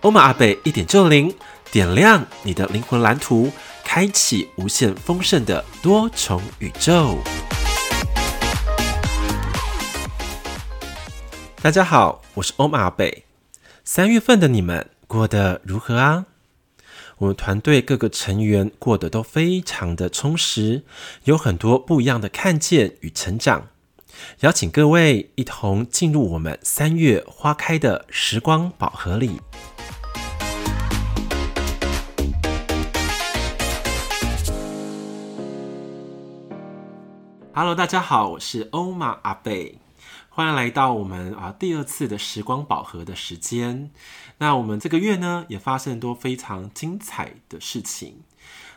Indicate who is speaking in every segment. Speaker 1: 欧玛阿贝一点就灵，点亮你的灵魂蓝图，开启无限丰盛的多重宇宙。大家好，我是欧玛阿贝。三月份的你们过得如何啊？我们团队各个成员过得都非常的充实，有很多不一样的看见与成长。邀请各位一同进入我们三月花开的时光宝盒里。Hello，大家好，我是欧玛阿贝，欢迎来到我们啊第二次的时光宝盒的时间。那我们这个月呢，也发生很多非常精彩的事情。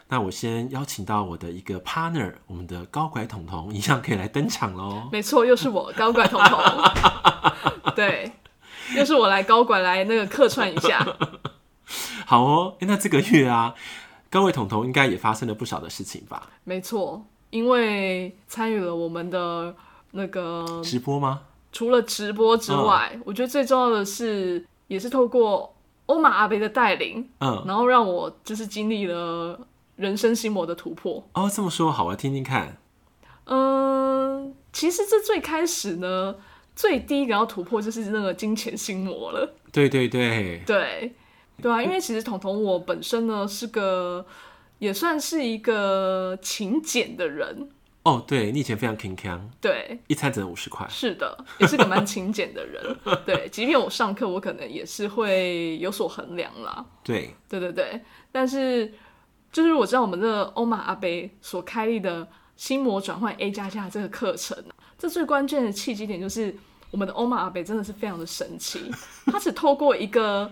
Speaker 1: 那我先邀请到我的一个 partner，我们的高拐彤彤一样可以来登场喽。
Speaker 2: 没错，又是我高管彤彤， 对，又是我来高管来那个客串一下。
Speaker 1: 好哦，诶那这个月啊，高位彤彤应该也发生了不少的事情吧？
Speaker 2: 没错，因为参与了我们的那个，
Speaker 1: 直播吗？
Speaker 2: 除了直播之外，我觉得最重要的是，也是透过欧玛阿贝的带领，
Speaker 1: 嗯，
Speaker 2: 然后让我就是经历了人生心魔的突破。
Speaker 1: 哦，这么说好，我要听听看。
Speaker 2: 嗯，其实这最开始呢，最第一个要突破就是那个金钱心魔了。
Speaker 1: 对对对，
Speaker 2: 对，对啊，因为其实彤彤我本身呢是个也算是一个勤俭的人，
Speaker 1: 哦，对你以前非常 king king，
Speaker 2: 对，
Speaker 1: 一餐只能五十块。
Speaker 2: 是的，也是个蛮勤俭的人，对，即便我上课，我可能也是会有所衡量啦，
Speaker 1: 对，
Speaker 2: 对对对，但是就是我知道我们的欧玛阿贝所开立的心魔转换 A 加加这个课程啊，这最关键的契机点就是我们的欧玛阿贝真的是非常的神奇，他只透过一个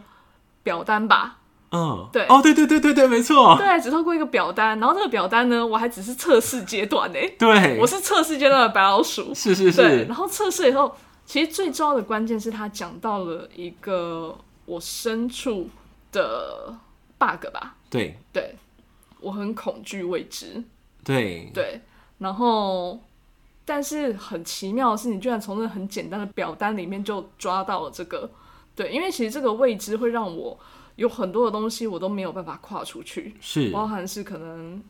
Speaker 2: 表单吧，
Speaker 1: 嗯，
Speaker 2: 对
Speaker 1: 哦，对对对对对，没错，
Speaker 2: 对，啊只透过一个表单，然后这个表单呢，我还只是测试阶段呢、
Speaker 1: 对，
Speaker 2: 我是测试阶段的白老鼠。
Speaker 1: 是是
Speaker 2: 对，
Speaker 1: 是
Speaker 2: 然，后测试以后，其实最重要的关键是他讲到了一个我深处的 bug 吧，
Speaker 1: 对
Speaker 2: 对我很恐惧未知，
Speaker 1: 对
Speaker 2: 对，然后但是很奇妙的是，你居然从那很简单的表单里面就抓到了这个，对，因为其实这个未知会让我有很多的东西我都没有办法跨出去，
Speaker 1: 是，
Speaker 2: 包含是可能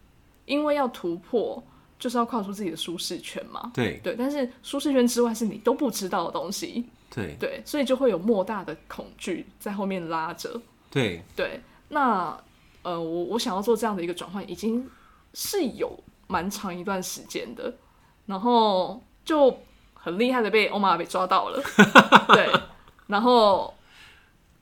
Speaker 2: 因为要突破，就是要跨出自己的舒适圈嘛。
Speaker 1: 对
Speaker 2: 对，但是舒适圈之外是你都不知道的东西，
Speaker 1: 对
Speaker 2: 对，所以就会有莫大的恐惧在后面拉着。
Speaker 1: 对，
Speaker 2: 对，那呃，我我想要做这样的一个转换，已经是有蛮长一段时间的，然后就很厉害的被欧玛被抓到了，对，然后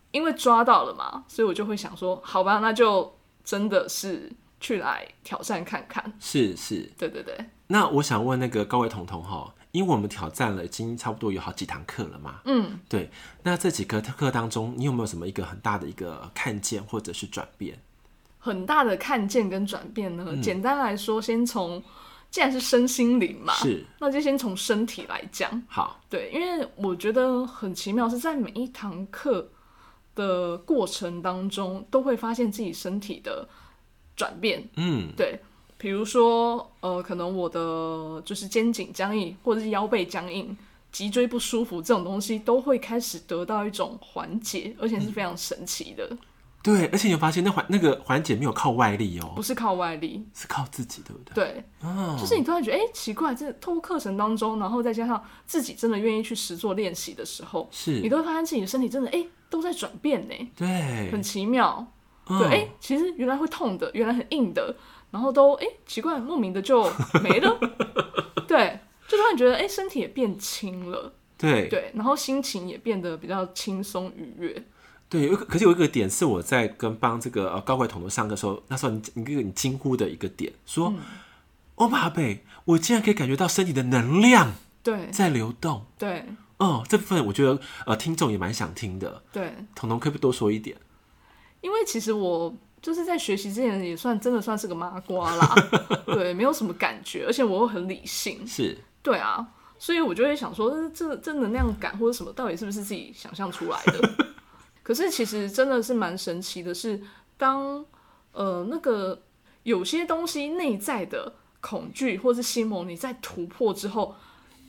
Speaker 2: 因为抓到了嘛，所以我就会想说，好吧，那就真的是去来挑战看看，
Speaker 1: 是是。
Speaker 2: 对对对，
Speaker 1: 那我想问那个高位彤彤哈，因为我们挑战了已经差不多有好几堂课了嘛，
Speaker 2: 嗯，
Speaker 1: 对，那这几个特课当中，你有没有什么一个很大的一个看见或者是转变？
Speaker 2: 很大的看见跟转变呢，简单来说，先从既然是身心灵嘛，
Speaker 1: 是
Speaker 2: 那就先从身体来讲。
Speaker 1: 好，
Speaker 2: 对，因为我觉得很奇妙，是在每一堂课的过程当中，都会发现自己身体的转变。
Speaker 1: 嗯，
Speaker 2: 对，比如说，呃，可能我的就是肩颈僵硬，或者是腰背僵硬、脊椎不舒服这种东西，都会开始得到一种缓解，而且
Speaker 1: 嗯
Speaker 2: 是非常神奇的，
Speaker 1: 对，而且你有发现那环那个环节没有靠外力哦、
Speaker 2: 不是靠外力。
Speaker 1: 是靠自己，对不对？
Speaker 2: 对，
Speaker 1: 嗯，
Speaker 2: 就是你突然觉得，哎、奇怪，这透过课程当中，然后再加上自己真的愿意去实做练习的时候，你
Speaker 1: 是，
Speaker 2: 都会发现自己的身体真的，哎、都在转变呢。
Speaker 1: 对，
Speaker 2: 很奇妙。
Speaker 1: 嗯
Speaker 2: 对，哎、其实原来会痛的，原来很硬的，然后都哎、奇怪，莫名 的就没了。对，就突然觉得哎、身体也变轻了，
Speaker 1: 对
Speaker 2: 对，然后心情也变得比较轻松愉悦。
Speaker 1: 对，有一个可是有一个点是我在跟帮这个呃高贵统头上课的时候，那时候你你你惊呼的一个点，说欧巴贝，我竟然可以感觉到身体的能量
Speaker 2: 对
Speaker 1: 在流动。嗯
Speaker 2: 对
Speaker 1: 哦，这部分我觉得呃听众也蛮想听的，
Speaker 2: 对，
Speaker 1: 彤彤可不可以多说一点？
Speaker 2: 因为其实我就是在学习之前也算真的算是个麻 瓜啦，对，没有什么感觉，而且我又很理性，
Speaker 1: 是
Speaker 2: 对啊，所以我就会想说，呃这这能量感或者什么，到底是不是自己想象出来的？ 可是其实真的是蛮神奇的是，当呃那个有些东西内在的恐惧或是心魔，你在突破之后，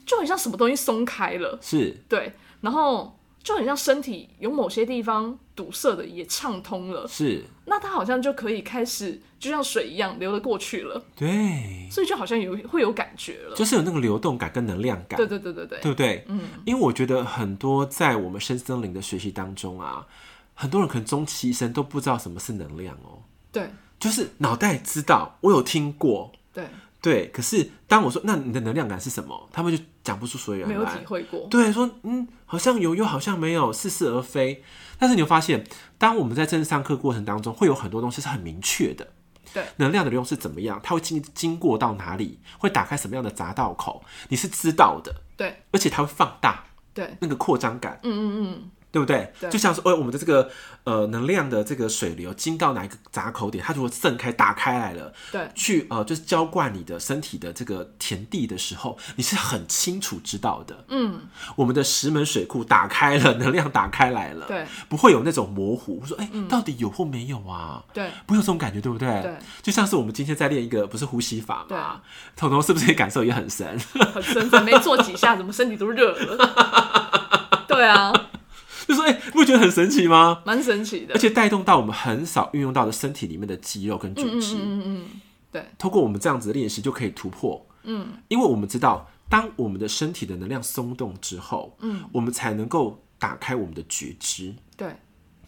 Speaker 2: 就很像什么东西松开了，
Speaker 1: 是
Speaker 2: 对，然后就很像身体有某些地方堵塞的也畅通了，
Speaker 1: 是，
Speaker 2: 那它好像就可以开始就像水一样流得过去了，
Speaker 1: 对，
Speaker 2: 所以就好像有会有感觉了。
Speaker 1: 就是有那个流动感跟能量感，
Speaker 2: 对对对对对，
Speaker 1: 对不对？嗯，因为我觉得很多在我们深森林的学习当中啊，很多人可能终其一生都不知道什么是能量哦，
Speaker 2: 对
Speaker 1: 就是脑袋知道，我有听过，
Speaker 2: 对，
Speaker 1: 对，可是当我说那你的能量感是什么，他们就讲不出所以然
Speaker 2: 没
Speaker 1: 来，
Speaker 2: 有体会过。
Speaker 1: 对，说嗯，好像有，又好像没有，似是而非。但是你会发现，当我们在正式上课过程当中，会有很多东西是很明确的。
Speaker 2: 对
Speaker 1: 能量的流动是怎么样，它会经经过到哪里，会打开什么样的闸道口，你是知道的，
Speaker 2: 对
Speaker 1: 而且它会放大
Speaker 2: 对，
Speaker 1: 那个扩张感，
Speaker 2: 嗯嗯嗯，
Speaker 1: 对不对？
Speaker 2: 对
Speaker 1: 就像是哎、我们的这个呃能量的这个水流经到哪一个闸口点，它如果盛开打开来了，
Speaker 2: 对
Speaker 1: 去呃就是浇灌你的身体的这个田地的时候，你是很清楚知道的。
Speaker 2: 嗯，
Speaker 1: 我们的石门水库打开了，能量打开来了，
Speaker 2: 对，
Speaker 1: 不会有那种模糊，说哎、到底有或没有啊？
Speaker 2: 对
Speaker 1: 不会有这种感觉，对不对？
Speaker 2: 对，
Speaker 1: 就像是我们今天在练一个不是呼吸法
Speaker 2: 对
Speaker 1: 嘛，彤彤是不是也感受也很深？
Speaker 2: 很深沉，没做几下，怎么身体都热了？ 对啊，
Speaker 1: 就说哎、你不觉得很神奇吗？
Speaker 2: 蛮神奇的
Speaker 1: 而。且带动到我们很少运用到的身体里面的肌肉跟组
Speaker 2: 嗯
Speaker 1: 织，
Speaker 2: 嗯嗯嗯，对
Speaker 1: 通过我们这样子的练习就可以突破。嗯，因为我们知道，当我们的身体的能量松动之后，嗯，我们才能够打开我们的觉知，
Speaker 2: 对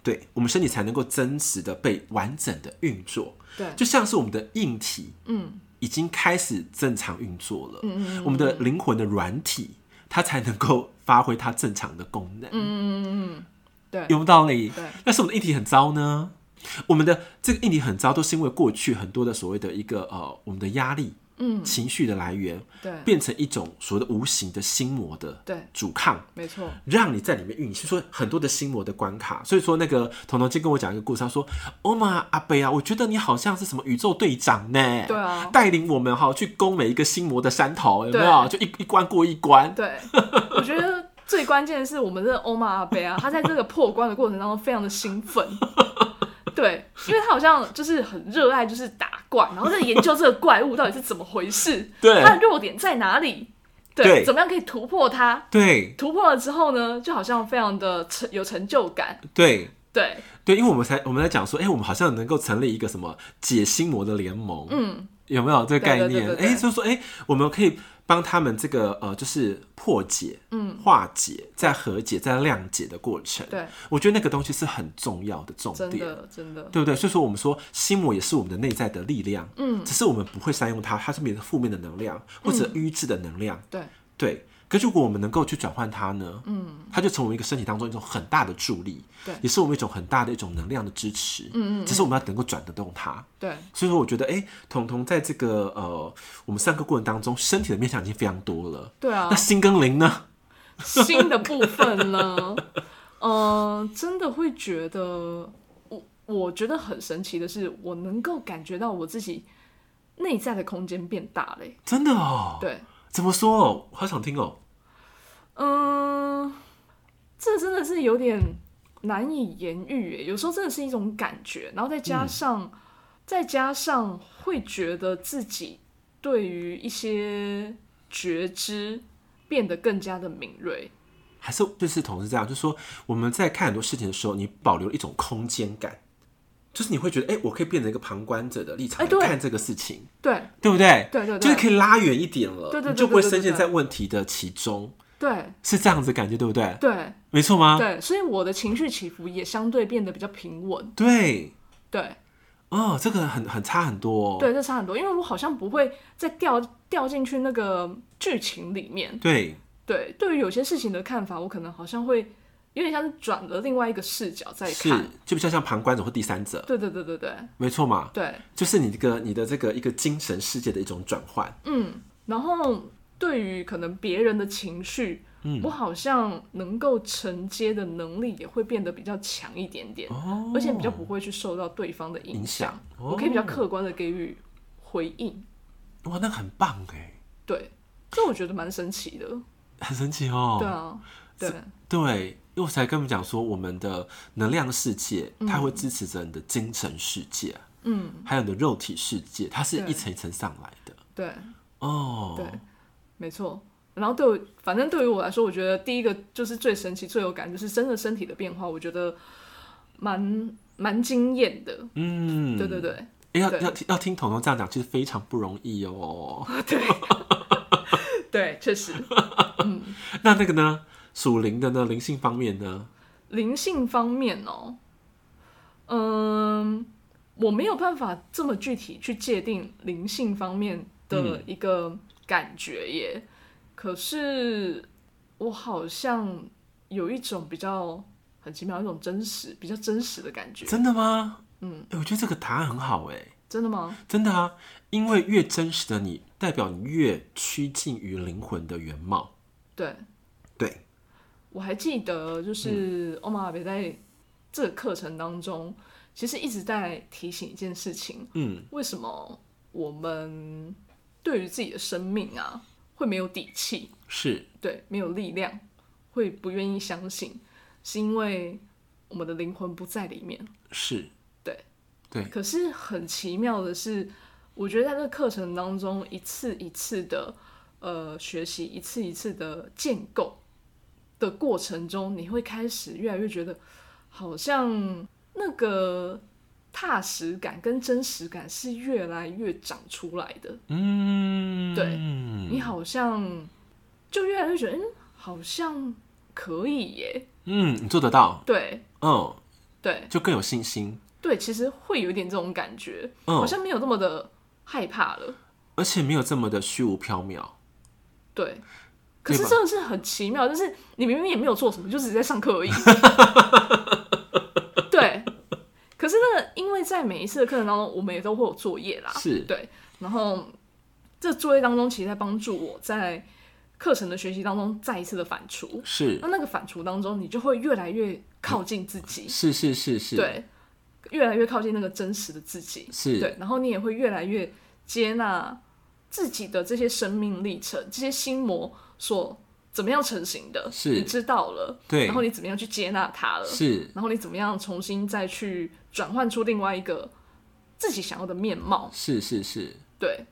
Speaker 1: 对我们身体才能够真实的被完整的运作，
Speaker 2: 对，
Speaker 1: 就像是我们的硬体
Speaker 2: 嗯
Speaker 1: 已经开始正常运作了，
Speaker 2: 嗯
Speaker 1: 我们的灵魂的软体它才能够发挥它正常的功能，
Speaker 2: 嗯嗯嗯，对
Speaker 1: 有没有道理
Speaker 2: 对？
Speaker 1: 但是我们的议题很糟呢？我们的这个议题很糟，都是因为过去很多的所谓的一个呃，我们的压力、
Speaker 2: 嗯
Speaker 1: 情绪的来源，
Speaker 2: 对
Speaker 1: 变成一种所谓的无形的心魔的
Speaker 2: 对，
Speaker 1: 阻抗，
Speaker 2: 没错，
Speaker 1: 让你在里面运行。所以说很多的心魔的关卡。所以说那个彤彤今天跟我讲一个故事，他说：“欧玛阿贝啊，我觉得你好像是什么宇宙队长呢？
Speaker 2: 对啊
Speaker 1: 带领我们哈去攻每一个心魔的山头，有没
Speaker 2: 对
Speaker 1: 有？就一一关过一关。
Speaker 2: 对，我觉得。最关键的是，我们这个欧玛阿贝啊，他在这个破关的过程当中非常的 兴奋，对，因为他好像就是很热爱就是打怪，然后在研究这个怪物到底是怎么回事，
Speaker 1: 对
Speaker 2: 它的弱点在哪里，对，
Speaker 1: 对
Speaker 2: 怎么样可以突破它，
Speaker 1: 对
Speaker 2: 突破了之后呢，就好像非常的成有成就感，
Speaker 1: 对
Speaker 2: 对，
Speaker 1: 对，因为我们才我们在讲说，哎、我们好像能够成立一个什么解心魔的联盟，
Speaker 2: 嗯，
Speaker 1: 有没有这个概
Speaker 2: 对
Speaker 1: 念
Speaker 2: 对对？对
Speaker 1: 哎、就是说，哎、我们可以帮他们这个呃，就是破解、
Speaker 2: 嗯，
Speaker 1: 化解、再和解、再谅解的过程。
Speaker 2: 对，
Speaker 1: 我觉得那个东西是很重要的重
Speaker 2: 真
Speaker 1: 点，
Speaker 2: 的真的，
Speaker 1: 对不对？所以说，我们说心魔也是我们的内在的力量，
Speaker 2: 嗯，
Speaker 1: 只是我们不会善用它，它是别的负面的能量或者瘀滞的能量，
Speaker 2: 对
Speaker 1: 对。可是如果我们能够去转换它呢，嗯，它就成为一个身体当中一种很大的助力，
Speaker 2: 对
Speaker 1: 也是我们一种很大的一种能量的支持，嗯嗯只是我们要能够转得动它。
Speaker 2: 对
Speaker 1: 所以说，我觉得，哎、彤彤在这个呃，我们上课过程当中，身体的面向已经非常多了。
Speaker 2: 对啊
Speaker 1: 那，心跟灵呢？
Speaker 2: 新的部分呢，呃，真的会觉得，我我觉得很神奇的是，我能够感觉到我自己内在的空间变大嘞、
Speaker 1: 真的哦，
Speaker 2: 对，
Speaker 1: 怎么说哦？好想听哦。
Speaker 2: 嗯、这真的是有点难以言喻耶，有时候真的是一种感觉，然后再
Speaker 1: 嗯
Speaker 2: 加上、再加上会觉得自己对于一些觉知变得更加的敏锐，
Speaker 1: 还是就是同事这样，就是说我们在看很多事情的时候，你保留一种空间感，就是你会觉得，哎、我可以变成一个旁观者的立场
Speaker 2: 哎
Speaker 1: 来
Speaker 2: 对
Speaker 1: 看这个事情，
Speaker 2: 对
Speaker 1: 对不对？
Speaker 2: 对对对
Speaker 1: 就是可以拉远一点了，
Speaker 2: 对对对
Speaker 1: 你就不会
Speaker 2: 对对对
Speaker 1: 深陷
Speaker 2: 对
Speaker 1: 在问题的其中，
Speaker 2: 对
Speaker 1: 是这样子的感觉，对不对？
Speaker 2: 对
Speaker 1: 没错吗？
Speaker 2: 对，所以我的情绪起伏也相对变得比较平稳，
Speaker 1: 对，
Speaker 2: 对
Speaker 1: 哦，这个很很差很多、哦，
Speaker 2: 对，这差很多，因为我好像不会再掉掉进去那个剧情里面，
Speaker 1: 对
Speaker 2: 对，对于有些事情的看法，我可能好像会有点像是转了另外一个视角再
Speaker 1: 是
Speaker 2: 看。
Speaker 1: 就比较像旁观者或第三者，
Speaker 2: 对对对对对
Speaker 1: 没错嘛，
Speaker 2: 对，
Speaker 1: 就是你这个你的这个一个精神世界的一种转换，
Speaker 2: 嗯。然后对于可能别人的情绪，嗯，我好像能够承接的能力也会变得比较强一点点，
Speaker 1: 哦，
Speaker 2: 而且比较不会去受到对方的影
Speaker 1: 影响哦
Speaker 2: 我可以比较客观的给予回应。
Speaker 1: 哇，那很棒哎，
Speaker 2: 对，这我觉得蛮神奇的。
Speaker 1: 很神奇哦。
Speaker 2: 对啊，对，
Speaker 1: 对，因为我才跟你们讲说，我们的能量世界，它会支持着你的精神世界，
Speaker 2: 嗯，
Speaker 1: 还有你的肉体世界，它是
Speaker 2: 对
Speaker 1: 一层一层上来的。
Speaker 2: 对
Speaker 1: 哦，
Speaker 2: 对，没错。然后对我，反正对于我来说，我觉得第一个就是最神奇、最有感，就是真的身体的变化，我觉得蛮蛮惊艳的。
Speaker 1: 嗯，
Speaker 2: 对对对，
Speaker 1: 诶要
Speaker 2: 对
Speaker 1: 要要听彤彤这样讲，其实非常不容易哦。
Speaker 2: 对，确实。
Speaker 1: 那那个呢，属灵的呢，灵性方面呢，
Speaker 2: 灵性方面哦，嗯，我没有办法这么具体去界定灵性方面的一个感觉耶。可是我好像有一种比较很奇妙，一种真实、比较真实的感觉。
Speaker 1: 真的吗？
Speaker 2: 嗯
Speaker 1: 诶我觉得这个答案很好哎，
Speaker 2: 真的吗？
Speaker 1: 真的啊，因为越真实的你，代表你越趋近于灵魂的原貌。
Speaker 2: 对，
Speaker 1: 对，
Speaker 2: 我还记得，就是欧玛阿北在这个课程当中，其实一直在提醒一件事情，
Speaker 1: 嗯，
Speaker 2: 为什么我们对于自己的生命啊，会没有底气，
Speaker 1: 是，
Speaker 2: 对，没有力量，会不愿意相信，是因为我们的灵魂不在里面。
Speaker 1: 是，
Speaker 2: 对，
Speaker 1: 对，
Speaker 2: 可是很奇妙的是，我觉得在这个课程当中，一次一次的呃学习，一次一次的建构的过程中，你会开始越来越觉得，好像那个踏实感跟真实感是越来越长出来的。
Speaker 1: 嗯，
Speaker 2: 对你好像就越来越觉得，嗯，好像可以耶。
Speaker 1: 嗯，你做得到，
Speaker 2: 对
Speaker 1: 嗯，
Speaker 2: 对
Speaker 1: 就更有信心，
Speaker 2: 对，其实会有一点这种感觉，
Speaker 1: 嗯
Speaker 2: 好，像没有那么的害怕了。
Speaker 1: 而且没有这么的虚无缥缈，
Speaker 2: 对，可是
Speaker 1: 吧
Speaker 2: 真的是很奇妙，就是你明明也没有做什么，就只是在上课而 已。对，可是那个，因为在每一次的课程当中，我们也都会有作业啦，
Speaker 1: 是
Speaker 2: 对，然后这作业当中，其实在帮助我在课程的学习当中再一次的反刍。
Speaker 1: 是
Speaker 2: 那那个反刍当中，你就会越来越靠近自己，
Speaker 1: 是是是是，，
Speaker 2: 对，越来越靠近那个真实的自己，
Speaker 1: 是
Speaker 2: 对，然后你也会越来越接纳自己的这些生命历程，这些心魔所怎么样成型的，
Speaker 1: 是
Speaker 2: 你知道了，
Speaker 1: 对
Speaker 2: 然后你怎么样去接纳它了，
Speaker 1: 是
Speaker 2: 然后你怎么样重新再去转换出另外一个自己想要的面貌，
Speaker 1: 是是是，
Speaker 2: 对，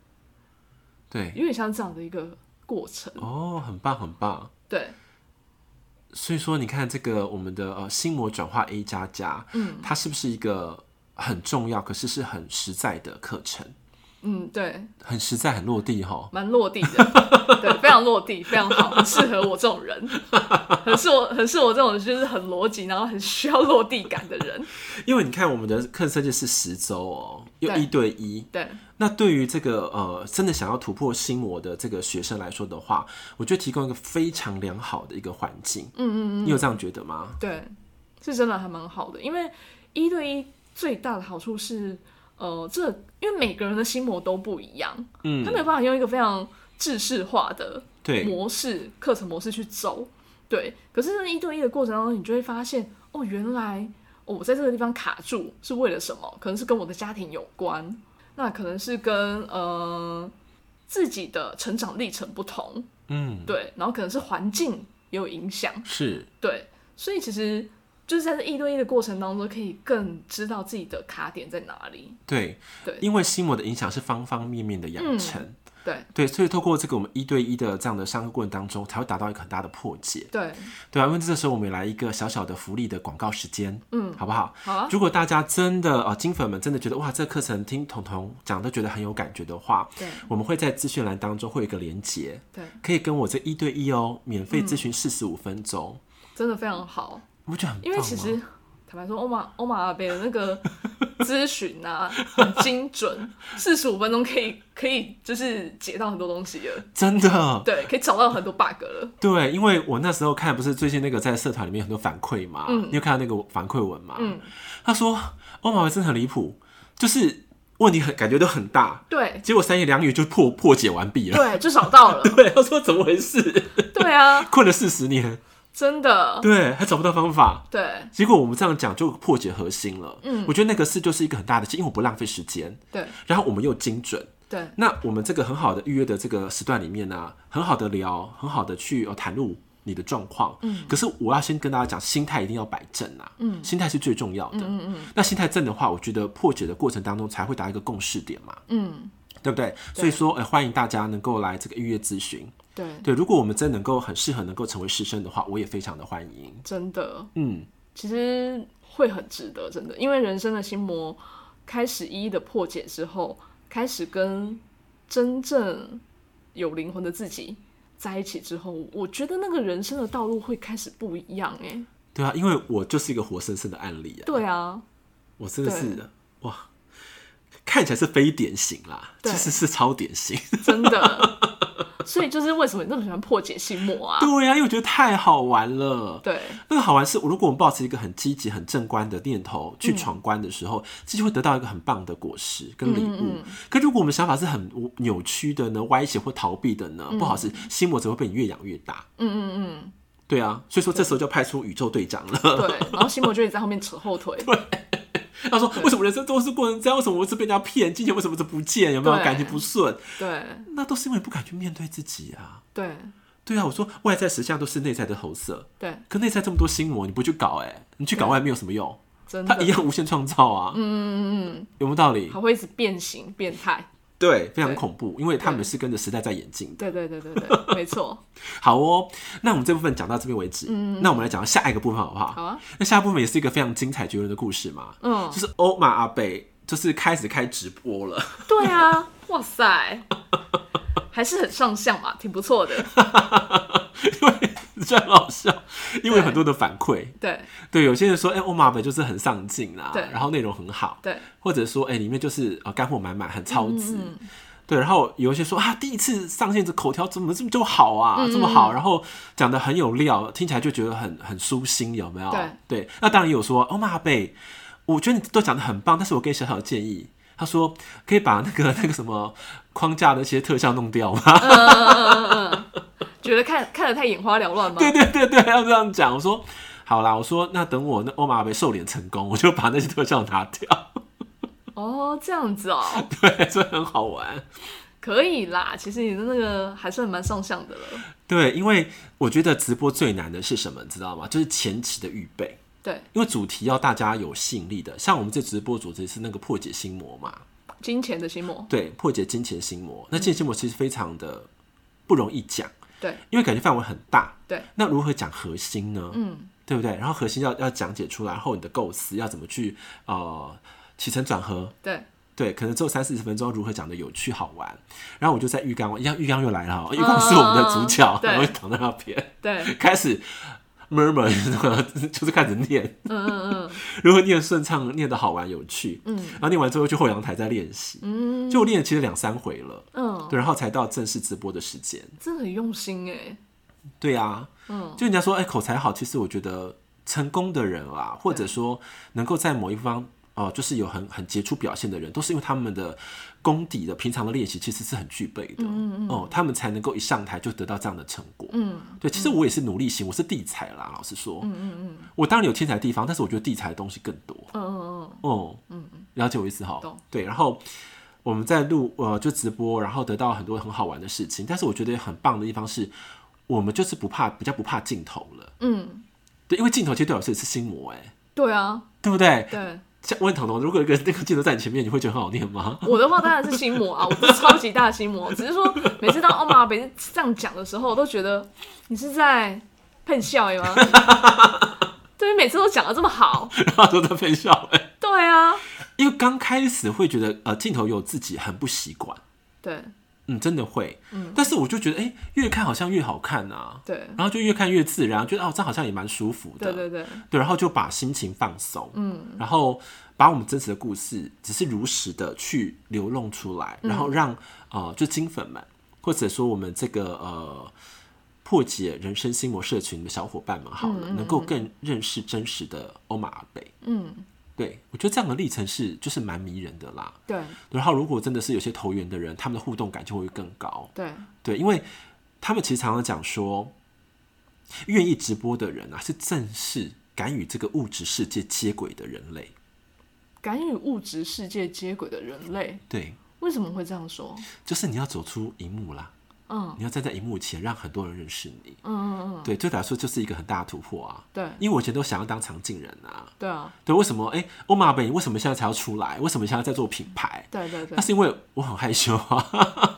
Speaker 1: 对，
Speaker 2: 有点像这样的一个过程，
Speaker 1: 哦，很棒很棒。
Speaker 2: 对，
Speaker 1: 所以说，你看这个我们的呃心魔转化 A 加加，嗯，它是不是一个很重要，可是是很实在的课程，
Speaker 2: 嗯，对，
Speaker 1: 很实在，很落地哈。
Speaker 2: 蛮落地的， 对，非常落地，非常好，很适合我这种人，很是我，很是我这种就是很逻辑，然后很需要落地感的人。
Speaker 1: 因为你看我们的课程设计是十周哦，又
Speaker 2: 对
Speaker 1: 一对一，
Speaker 2: 对，
Speaker 1: 那对于这个呃，真的想要突破心魔的这个学生来说的话，我觉得提供一个非常良好的一个环境。嗯嗯嗯，你有这样觉得吗？
Speaker 2: 对，是真的还蛮好的，因为一对一最大的好处是，呃，这因为每个人的心魔都不一样，
Speaker 1: 嗯
Speaker 2: 他没有办法用一个非常制式化的
Speaker 1: 对，
Speaker 2: 模式、课程模式去走。对，可是那一对一的过程当中，你就会发现，哦，原来、哦、我在这个地方卡住是为了什么？可能是跟我的家庭有关，那可能是跟呃自己的成长历程不同，
Speaker 1: 嗯，
Speaker 2: 对，然后可能是环境也有影响，
Speaker 1: 是
Speaker 2: 对，所以其实就是在这一对一的过程当中，可以更知道自己的卡点在哪里。
Speaker 1: 对嗯
Speaker 2: 对
Speaker 1: 因为心魔的影响是方方面面的养成。
Speaker 2: 对，
Speaker 1: 对，所以透过这个我们一对一的这样的上课过程当中，才会达到一个很大的破解，
Speaker 2: 对，
Speaker 1: 对啊，因为这时候我们也来一个小小的福利的广告时间，
Speaker 2: 嗯，
Speaker 1: 好不好？
Speaker 2: 好啊，
Speaker 1: 如果大家真的呃金粉们真的觉得哇，这个课程听彤彤讲都觉得很有感觉的话，
Speaker 2: 对
Speaker 1: 我们会在资讯栏当中会有一个连接，
Speaker 2: 对，
Speaker 1: 可以跟我这一对一哦，免
Speaker 2: 嗯
Speaker 1: 费咨询四十五分钟，
Speaker 2: 真的非常好。
Speaker 1: 你不觉得很棒啊
Speaker 2: 因
Speaker 1: 吗？
Speaker 2: 为其实坦白说，欧马欧马阿贝的那个咨询啊，很精准，四十五分钟可以可以就是解到很多东西了，
Speaker 1: 真的
Speaker 2: 对，可以找到很多 bug 了。
Speaker 1: 对，因为我那时候看不是最近那个在社团里面有很多反馈嘛，
Speaker 2: 嗯
Speaker 1: 你有看到那个反馈文嘛？
Speaker 2: 嗯，
Speaker 1: 他说欧马维真的很离谱，就是问题很感觉都很大，
Speaker 2: 对
Speaker 1: 结果三言两语就破破解完毕了。
Speaker 2: 对，就找到了，
Speaker 1: 对，他说怎么回事？
Speaker 2: 对啊，
Speaker 1: 困了四十年，
Speaker 2: 真的，
Speaker 1: 对，还找不到方法。
Speaker 2: 对
Speaker 1: 结果我们这样讲就破解核心了。
Speaker 2: 嗯
Speaker 1: 我觉得那个事就是一个很大的事，因为我不浪费时间，
Speaker 2: 对
Speaker 1: 然后我们又精准。
Speaker 2: 对
Speaker 1: 那我们这个很好的预约的这个时段里面呢、啊很好的聊，很好的去呃袒露你的状况。嗯，可是我要先跟大家讲，心态一定要摆正啊。嗯，心态是最重要的。嗯嗯那心态正的话，我觉得破解的过程当中才会达到一个共识点嘛。
Speaker 2: 嗯，
Speaker 1: 对不对？所以说，呃，欢迎大家能够来这个预约咨询。
Speaker 2: 对，
Speaker 1: 对，如果我们真能够很适合能够成为师生的话，我也非常的欢迎。
Speaker 2: 真的，
Speaker 1: 嗯，
Speaker 2: 其实会很值得，真的，因为人生的心魔开始一一的破解之后，开始跟真正有灵魂的自己在一起之后，我觉得那个人生的道路会开始不一样哎、
Speaker 1: 对啊，因为我就是一个活生生的案例啊，
Speaker 2: 对啊，
Speaker 1: 我真的
Speaker 2: 对
Speaker 1: 是哇，看起来是非典型啦，
Speaker 2: 对
Speaker 1: 其实是超典型。
Speaker 2: 真的， 所以就是为什么你那么喜欢破解心魔啊？
Speaker 1: 对呀、因为我觉得太好玩了。
Speaker 2: 对
Speaker 1: 那个好玩是，如果我们保持一个很积极、很正观的念头去闯关的时候，这就会得到一个很棒的果实跟礼物。
Speaker 2: 嗯嗯嗯
Speaker 1: 可如果我们想法是很扭曲的呢、歪斜或逃避的呢，不好是心魔只会被你越养越大。
Speaker 2: 嗯嗯
Speaker 1: 对啊，所以说这时候就派出宇宙队长了。
Speaker 2: 嗯，对，然后心魔就一直在后面扯后 腿，
Speaker 1: 他说：“为什么人生都是过成这样？为什么我是被人家骗？金钱为什么是不见？有没有
Speaker 2: 对
Speaker 1: 感情不顺？
Speaker 2: 对
Speaker 1: 那都是因为不敢去面对自己啊。”
Speaker 2: 对
Speaker 1: 对啊，我说外在实相都是内在的投射，
Speaker 2: 对，
Speaker 1: 可内在这么多心魔，你不去搞哎、你去搞外面有什么用？
Speaker 2: 真
Speaker 1: 它
Speaker 2: 的
Speaker 1: 一，样无限创造啊，嗯嗯嗯，有没有道理？
Speaker 2: 还会一直变形变态，
Speaker 1: 对，非常
Speaker 2: 对
Speaker 1: 恐怖，因为他们是跟着时代在演进的。
Speaker 2: 对对对对对，没错，
Speaker 1: 好哦，那我们这部分讲到这边为止，那我们来讲到下一个部分好不好？
Speaker 2: 好啊，
Speaker 1: 那下一部分也是一个非常精彩绝伦的故事嘛，
Speaker 2: 嗯
Speaker 1: 就，是欧玛阿北就是开始开直播了，
Speaker 2: 对啊，哇塞，还是很上相嘛，挺不错的，
Speaker 1: 因为这很好笑，因为
Speaker 2: 对
Speaker 1: 有很多的反馈，
Speaker 2: 对
Speaker 1: 对，有些人说，哎、欧玛阿北就是很上进啦、
Speaker 2: 对
Speaker 1: 然后内容很好，
Speaker 2: 对
Speaker 1: 或者说，哎、里面就是呃干货满满，很超值。
Speaker 2: 嗯
Speaker 1: 对，然后有一些说啊，第一次上线这口条怎么这么就好啊，
Speaker 2: 嗯
Speaker 1: 这么好，然后讲的很有料，听起来就觉得很很舒心，有没有？
Speaker 2: 对
Speaker 1: 那当然有说，欧玛贝，我觉得你都讲的很棒，但是我给你小小的建议，他说可以把那个 那个什么框架的一些特效弄掉 吗？
Speaker 2: 觉得看看得太眼花缭乱吗？
Speaker 1: 对对对对，要这样讲。我说好啦，我说那等我那欧玛贝瘦脸成功，我就把那些特效拿掉。
Speaker 2: 哦，这样子哦，
Speaker 1: 对，所以很好玩。
Speaker 2: 可以啦，其实你的那个还算蛮上相的了，
Speaker 1: 对，因为我觉得直播最难的是什么，你知道吗？就是前期的预备，
Speaker 2: 对，
Speaker 1: 因为主题要大家有吸引力的。像我们这直播主题是那个破解心魔嘛，
Speaker 2: 金钱的心魔，
Speaker 1: 对，破解金钱心魔。那金钱心魔其实非常的不容易讲，
Speaker 2: 对
Speaker 1: 因为感觉范围很大。
Speaker 2: 对，
Speaker 1: 那如何讲核心呢？
Speaker 2: 嗯，
Speaker 1: 对不对？然后核心要要讲解出来，然后你的构思要怎么去呃起承转合，
Speaker 2: 对，
Speaker 1: 对，可能只有三四十分钟，如何讲的有趣好玩？然后我就在浴缸，一样浴缸又来了哦，浴缸 是我们的主角，
Speaker 2: 哦对
Speaker 1: 然后就躺在那边，
Speaker 2: 对，
Speaker 1: 开始 murmur，就是开始念，
Speaker 2: 嗯嗯
Speaker 1: 如何念顺畅，念的好玩有趣，
Speaker 2: 嗯
Speaker 1: 然后念完之后去后阳台再练习，
Speaker 2: 嗯
Speaker 1: 就我练了其实两三回了，
Speaker 2: 嗯嗯，
Speaker 1: 对，然后才到正式直播的时间。
Speaker 2: 真的很用心哎，
Speaker 1: 对啊，
Speaker 2: 嗯，
Speaker 1: 就人家说，哎、口才好，其实我觉得成功的人啊，或者说能够在某一方。哦、就是有很很杰出表现的人，都是因为他们的功底的平常的练习其实是很具备的，
Speaker 2: 嗯
Speaker 1: 哦，他们才能够一上台就得到这样的成果。
Speaker 2: 嗯
Speaker 1: 对，其实我也是努力型，我是地才啦，老实说，
Speaker 2: 嗯嗯嗯
Speaker 1: 我当然有天才的地方，但是我觉得地才的东西更多。
Speaker 2: 嗯嗯
Speaker 1: 哦，
Speaker 2: 嗯
Speaker 1: 了解我意思哈
Speaker 2: 懂。
Speaker 1: 对，然后我们在录呃就直播，然后得到很多很好玩的事情，但是我觉得很棒的地方是，我们就是不怕，比较不怕镜头了。
Speaker 2: 嗯嗯，
Speaker 1: 对，因为镜头其实对我来说也是心魔哎，
Speaker 2: 对啊，
Speaker 1: 对不对？
Speaker 2: 对，
Speaker 1: 像问彤彤，如果有一个 那个镜头在你前面，你会觉得很好念吗？
Speaker 2: 我的话当然是心魔啊，我是超级大心魔，只是说每次当奥马北这样讲的时候，我都觉得你是在喷笑吗？ 对，每次都讲的这么好，
Speaker 1: 然后都在分笑哎，
Speaker 2: 对啊，
Speaker 1: 因为刚开始会觉得呃镜头有自己很不习惯，
Speaker 2: 对
Speaker 1: 嗯，真的会，嗯，但是我就觉得哎、越看好像越好看啊，
Speaker 2: 对
Speaker 1: 然后就越看越自然，觉得哦这样好像也蛮舒服的，
Speaker 2: 对对对，
Speaker 1: 对，然后就把心情放松，嗯，然后把我们真实的故事只是如实的去流露出来，
Speaker 2: 嗯
Speaker 1: 然后让呃，就金粉们，或者说我们这个呃破解人生
Speaker 2: 嗯
Speaker 1: 心魔社群的小伙伴们，好了，能够更认识真实的欧玛阿贝。
Speaker 2: 嗯，
Speaker 1: 对，我觉得这样的历程是就是蛮迷人的啦。
Speaker 2: 对
Speaker 1: 然后如果真的是有些投缘的人，他们的互动感就会更高。
Speaker 2: 对
Speaker 1: 对，因为他们其实常常讲说，愿意直播的人啊，是正是敢与这个物质世界接轨的人类。
Speaker 2: 敢与物质世界接轨的人类，
Speaker 1: 对，
Speaker 2: 为什么会这样说？
Speaker 1: 就是你要走出荧幕啦，
Speaker 2: 嗯
Speaker 1: 你要站在荧幕前，让很多人认识你。
Speaker 2: 嗯嗯嗯，
Speaker 1: 对，对我来说就是一个很大的突破啊。
Speaker 2: 对
Speaker 1: 因为我以前都想要当常进人啊，
Speaker 2: 对啊，
Speaker 1: 对，为什么？哎、欧玛贝，你为什么现在才要出来？为什么现在在做品牌？
Speaker 2: 对对对
Speaker 1: 那，是因为我很害羞啊。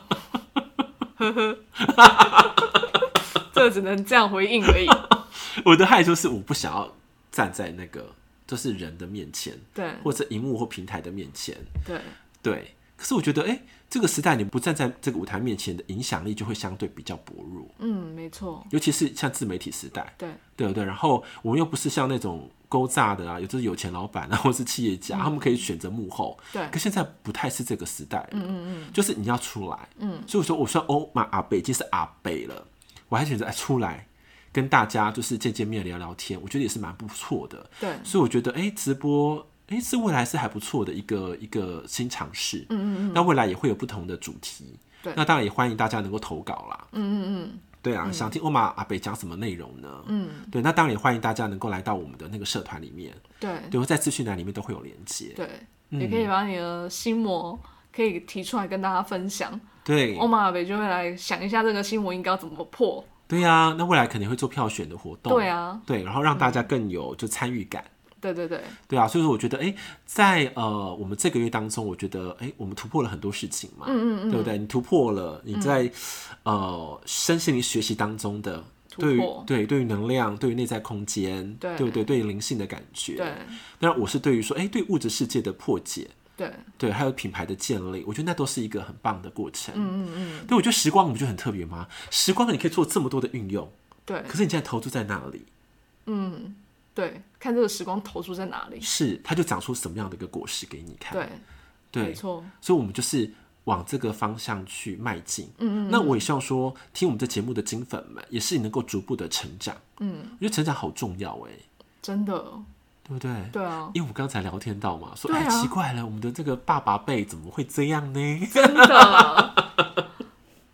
Speaker 2: 这只能这样回应而已。
Speaker 1: 我的害羞是我不想要站在那个就是人的面前，
Speaker 2: 对
Speaker 1: 或者荧幕或平台的面前。
Speaker 2: 对
Speaker 1: 对，可是我觉得，哎、这个时代你不站在这个舞台面前的影响力就会相对比较薄弱，
Speaker 2: 嗯，没错，
Speaker 1: 尤其是像自媒体时代，
Speaker 2: 对
Speaker 1: 对不对？然后我们又不是像那种勾诈的啊，有就是有钱老板啊， 或是企业家，他们可以选择幕后。
Speaker 2: 嗯对
Speaker 1: 可现在不太是这个时代了，
Speaker 2: 嗯嗯嗯
Speaker 1: 就是你要出来。
Speaker 2: 嗯，
Speaker 1: 所以我说，我算欧玛阿贝已经是阿贝了，我还选择哎出来跟大家就是见见面聊聊天，我觉得也是蛮不错的。
Speaker 2: 对，
Speaker 1: 所以我觉得，哎、直播，哎、是未来是还不错的一个一个新尝试。
Speaker 2: 嗯嗯嗯
Speaker 1: 那未来也会有不同的主题。
Speaker 2: 对
Speaker 1: 那当然也欢迎大家能够投稿啦。
Speaker 2: 嗯嗯
Speaker 1: 对啊，想听欧玛阿贝讲什么内容呢？
Speaker 2: 嗯，
Speaker 1: 对，那当然也欢迎大家能够来到我们的那个社团里面，
Speaker 2: 嗯，对
Speaker 1: 对，会在资讯栏里面都会有连接。
Speaker 2: 对，也可以把你的心魔可以提出来跟大家分享。
Speaker 1: 对，
Speaker 2: 欧玛北就会来想一下这个心魔应该要怎么破。
Speaker 1: 对呀、啊，那未来肯定会做票选的活动。
Speaker 2: 对啊，
Speaker 1: 对，然后让大家更有就参与感。
Speaker 2: 对对对
Speaker 1: 对啊，所以说我觉得，哎，在呃我们这个月当中，我觉得，哎，我们突破了很多事情嘛，
Speaker 2: 嗯
Speaker 1: 对不对？你突破了你在、呃身心灵学习当中的
Speaker 2: 突
Speaker 1: 对于
Speaker 2: 破
Speaker 1: 对对于能量，对于内在空间，
Speaker 2: 对
Speaker 1: 不对？对于灵性的感觉，
Speaker 2: 对。
Speaker 1: 那我是对于说，哎，对物质世界的破解，
Speaker 2: 对，
Speaker 1: 对，还有品牌的建立，我觉得那都是一个很棒的过程。
Speaker 2: 嗯嗯嗯，
Speaker 1: 对，我觉得时光我们就很特别嘛，时光你可以做这么多的运用，
Speaker 2: 对
Speaker 1: 可是你现在投注在那里，
Speaker 2: 对，看这个时光投注在哪里。
Speaker 1: 是它就长出什么样的一个果实给你看。
Speaker 2: 对，没
Speaker 1: 对，
Speaker 2: 错，
Speaker 1: 所以我们就是往这个方向去迈进。
Speaker 2: 嗯嗯
Speaker 1: 那我也希望说，听我们这节目的金粉们，也是能够逐步的成长。
Speaker 2: 嗯，
Speaker 1: 我觉得成长好重要哎，
Speaker 2: 真的，
Speaker 1: 对不对？
Speaker 2: 对啊，
Speaker 1: 因为我们刚才聊天到嘛，说
Speaker 2: 对
Speaker 1: 哎、
Speaker 2: 啊
Speaker 1: 奇怪了，我们的这个爸爸辈怎么会这样 呢？
Speaker 2: 真的，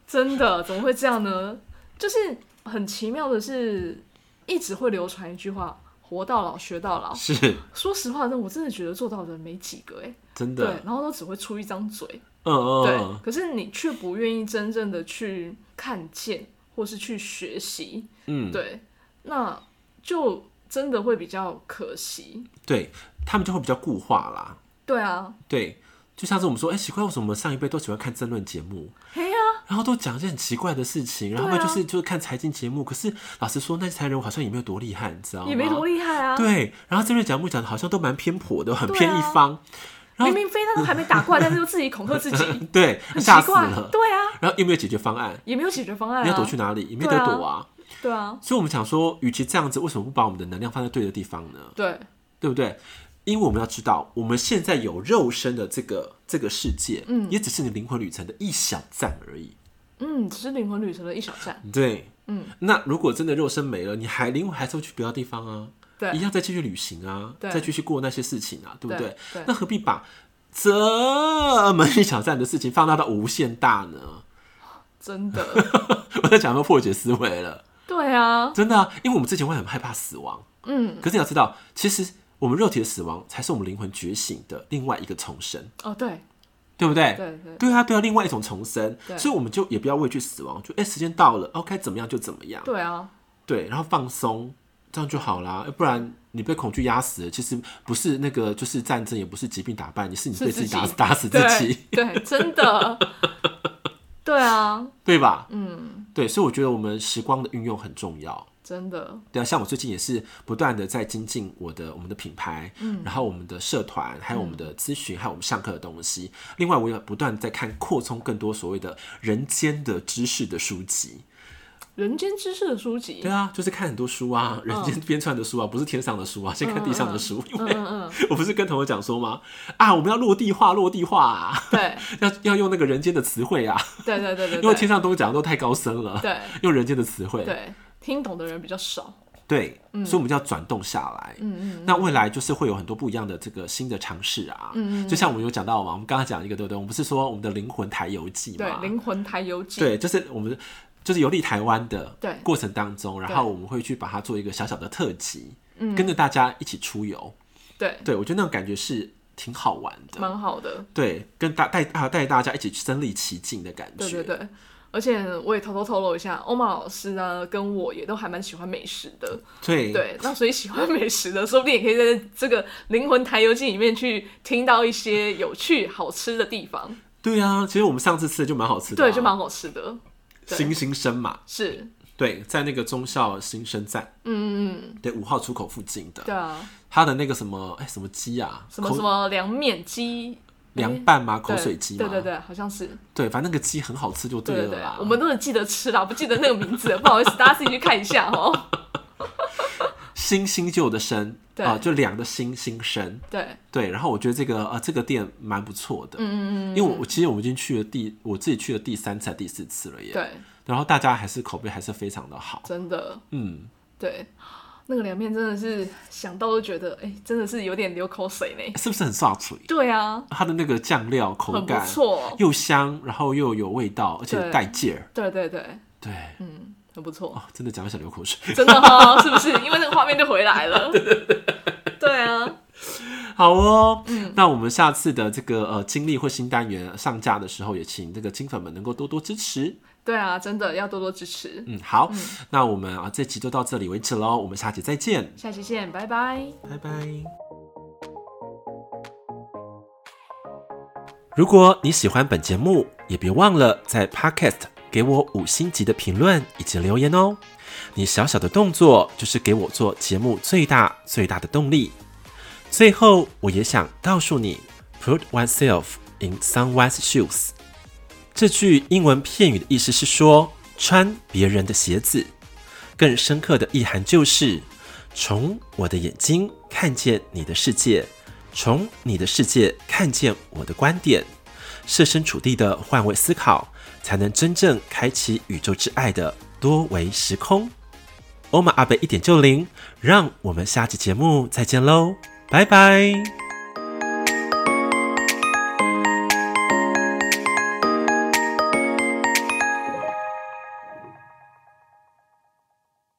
Speaker 2: 真的，怎么会这样呢？就是很奇妙的是，一直会流传一句话：“活到老，学到老。
Speaker 1: 是”
Speaker 2: 说实话，真的我真的觉得做到的人没几个哎、
Speaker 1: 真
Speaker 2: 对
Speaker 1: 的，，
Speaker 2: 然后都只会出一张嘴，
Speaker 1: 嗯嗯
Speaker 2: 对，
Speaker 1: 嗯，
Speaker 2: 可是你却不愿意真正的去看见，或是去学习，
Speaker 1: 嗯
Speaker 2: 对，那就真的会比较可惜，
Speaker 1: 对，他们就会比较固化啦。
Speaker 2: 对啊，
Speaker 1: 对，就像是我们说，哎、奇怪，为什么我们上一辈都喜欢看争论节目？
Speaker 2: 嘿呀、
Speaker 1: 然后都讲一些很奇怪的事情，然后
Speaker 2: 对
Speaker 1: 他
Speaker 2: 啊
Speaker 1: 们就是、就是看财经节目，可是老实说，那些才人我好像也没有多厉害，你知道吗？
Speaker 2: 也没多厉害啊，
Speaker 1: 对，然后这边讲不讲的好像都蛮偏颇的，很
Speaker 2: 对啊
Speaker 1: 偏一方。然后
Speaker 2: 明明飞弹都还没打过来，但是又自己恐吓自 己，
Speaker 1: 对，
Speaker 2: 很奇
Speaker 1: 吓死
Speaker 2: 怪，
Speaker 1: 了。
Speaker 2: 对啊，
Speaker 1: 然后又没有解决方案，
Speaker 2: 也没有解决方案、啊，
Speaker 1: 你要躲去哪里？也没得
Speaker 2: 对啊
Speaker 1: 躲啊。
Speaker 2: 对啊，
Speaker 1: 所以我们想说，与其这样子，为什么不把我们的能量放在对的地方呢？
Speaker 2: 对
Speaker 1: 对不对？因为我们要知道，我们现在有肉身的这个这个世界，嗯，也只是你灵魂旅程的一小站而已。
Speaker 2: 嗯，只是灵魂旅程的一小 站，
Speaker 1: 对，
Speaker 2: 嗯，
Speaker 1: 那如果真的肉身没了，你还灵魂还是会去别的地方啊，
Speaker 2: 对
Speaker 1: 一样再继续旅行啊，
Speaker 2: 对
Speaker 1: 再继续过那些事情啊，对不
Speaker 2: 对
Speaker 1: 对
Speaker 2: 对
Speaker 1: 那何必把这么一小站的事情放大到无限大呢？
Speaker 2: 真的，
Speaker 1: 我在讲到破解思维了，
Speaker 2: 对啊，
Speaker 1: 真的、啊，因为我们之前会很害怕死亡，
Speaker 2: 嗯，
Speaker 1: 可是你要知道，其实我们肉体的死亡才是我们灵魂觉醒的另外一个重生，
Speaker 2: 哦，对
Speaker 1: 对不对？
Speaker 2: 对对
Speaker 1: 对啊，对啊，另外一种重生，
Speaker 2: 对
Speaker 1: 所以我们就也不要畏惧死亡，就哎、时间到了，哦，该怎么样就怎么样。
Speaker 2: 对啊，
Speaker 1: 对，然后放松，这样就好啦。不然你被恐惧压死了，其实不是那个，就是战争，也不是疾病打败你，是你
Speaker 2: 是
Speaker 1: 被
Speaker 2: 自
Speaker 1: 自己打
Speaker 2: 己
Speaker 1: 打死 自
Speaker 2: 对
Speaker 1: 己，
Speaker 2: 对，真的，对啊，
Speaker 1: 对吧？嗯，对，所以我觉得我们时光的运用很重要。
Speaker 2: 真的，
Speaker 1: 对啊，像我最近也是不断的在精进我的我们的品牌，嗯，然后我们的社团，还有我们的咨询，还有我们上课的东西。另外，我也不断地在看扩充更多所谓的人间的知识的书籍。
Speaker 2: 人间知识的书籍，
Speaker 1: 对啊，就是看很多书啊，人间编撰的书啊，不是天上的书啊，先看地上的书，因为
Speaker 2: 嗯嗯嗯，
Speaker 1: 我不是跟同学讲说吗？啊，我们要落地化，落地化、啊，
Speaker 2: 对
Speaker 1: 要要用那个人间的词汇啊，
Speaker 2: 对对对对，
Speaker 1: 因为天上东西讲的都太高深了，
Speaker 2: 对
Speaker 1: 用人间的词汇。
Speaker 2: 对，听懂的人比较少，
Speaker 1: 对，所以我们就要转动下来。
Speaker 2: 嗯嗯
Speaker 1: 那未来就是会有很多不一样的这个新的尝试啊，
Speaker 2: 嗯嗯
Speaker 1: 就像我们有讲到嘛，我们刚刚讲一个对不对？我们不是说我们的灵魂台游记
Speaker 2: 对
Speaker 1: 嘛，，
Speaker 2: 灵魂台游记，
Speaker 1: 对，就是我们就是游历台湾的
Speaker 2: 对
Speaker 1: 过程当中，然
Speaker 2: 对嗯
Speaker 1: 后我们会去把它做一个小小的特辑，跟着大家一起出游。
Speaker 2: 对，
Speaker 1: 对我觉得那种感觉是挺好玩的，
Speaker 2: 蛮好的，
Speaker 1: 对，跟大带啊带大家一起身临其境的感
Speaker 2: 对
Speaker 1: 觉。
Speaker 2: 对对。而且我也偷偷透露一下，欧玛老师呢跟我也都还蛮喜欢美食的，
Speaker 1: 对
Speaker 2: 对，那所以喜欢美食的，说不定也可以在这个灵魂台游记里面去听到一些有趣好吃的地方，
Speaker 1: 对啊，其实我们上次吃的就蛮好吃的、啊，
Speaker 2: 对，就蛮好吃的，对
Speaker 1: 新新生嘛，
Speaker 2: 是，
Speaker 1: 对，在那个中校新生站，
Speaker 2: 嗯嗯，
Speaker 1: 对，五号出口附近的，
Speaker 2: 对啊，
Speaker 1: 它的那个什么哎、什么鸡啊，
Speaker 2: 什么
Speaker 1: 口
Speaker 2: 什么凉面鸡，
Speaker 1: 凉拌吗？口
Speaker 2: 对
Speaker 1: 水鸡吗？
Speaker 2: 对对对，好像是，
Speaker 1: 对反正那个鸡很好吃就
Speaker 2: 对对
Speaker 1: 了
Speaker 2: 对
Speaker 1: 啦。，
Speaker 2: 我们都是记得吃啦，不记得那个名字 了，不好意思，大家自己去看一下 哦。
Speaker 1: 新新旧的生
Speaker 2: 对
Speaker 1: 啊、就两个新新生。
Speaker 2: 对，
Speaker 1: 对，然后我觉得这个呃这个店蛮不错的，
Speaker 2: 嗯
Speaker 1: 因
Speaker 2: 嗯
Speaker 1: 为我我其实我已经去了第我自己去了第三次还第四次了耶。
Speaker 2: 嗯，对，
Speaker 1: 然后大家还是口碑还是非常的好，
Speaker 2: 真的，
Speaker 1: 嗯，
Speaker 2: 对，那个凉面真的是想到都觉得，哎、真的是有点流口水呢。
Speaker 1: 是不是很刷嘴？
Speaker 2: 对啊，
Speaker 1: 它的那个酱料口
Speaker 2: 很不
Speaker 1: 感
Speaker 2: 错，
Speaker 1: 又香，然后又有味道，而且
Speaker 2: 对
Speaker 1: 带劲儿。
Speaker 2: 对对对，
Speaker 1: 对，
Speaker 2: 嗯，很不错，
Speaker 1: 哦，真的讲得想流口水。
Speaker 2: 真的哈、 是不是？因为那个画面就回来了。对对对，啊，
Speaker 1: 好哦，
Speaker 2: 嗯
Speaker 1: 那我们下次的这个呃经历或新单元上架的时候，也请这个金粉们能够多多支持。
Speaker 2: 对啊，真的要多多支持。
Speaker 1: 嗯，好，那我们啊这集就到这里为止喽，我们下集再见，
Speaker 2: 下期见，拜拜。
Speaker 1: 拜拜。如果你喜欢本节目，也别忘了在 Podcast 给我五星级的评论以及留言哦。你小小的动作就是给我做节目最大最大的动力。最后，我也想告诉你，Put oneself in someone's shoes。这句英文片语的意思是说穿别人的鞋子，更深刻的意涵就是从我的眼睛看见你的世界，从你的世界看见我的观点，设身处地的换位思考，才能真正开启宇宙之爱的多维时空。欧玛阿贝一点就灵，让我们下期节目再见喽，拜拜。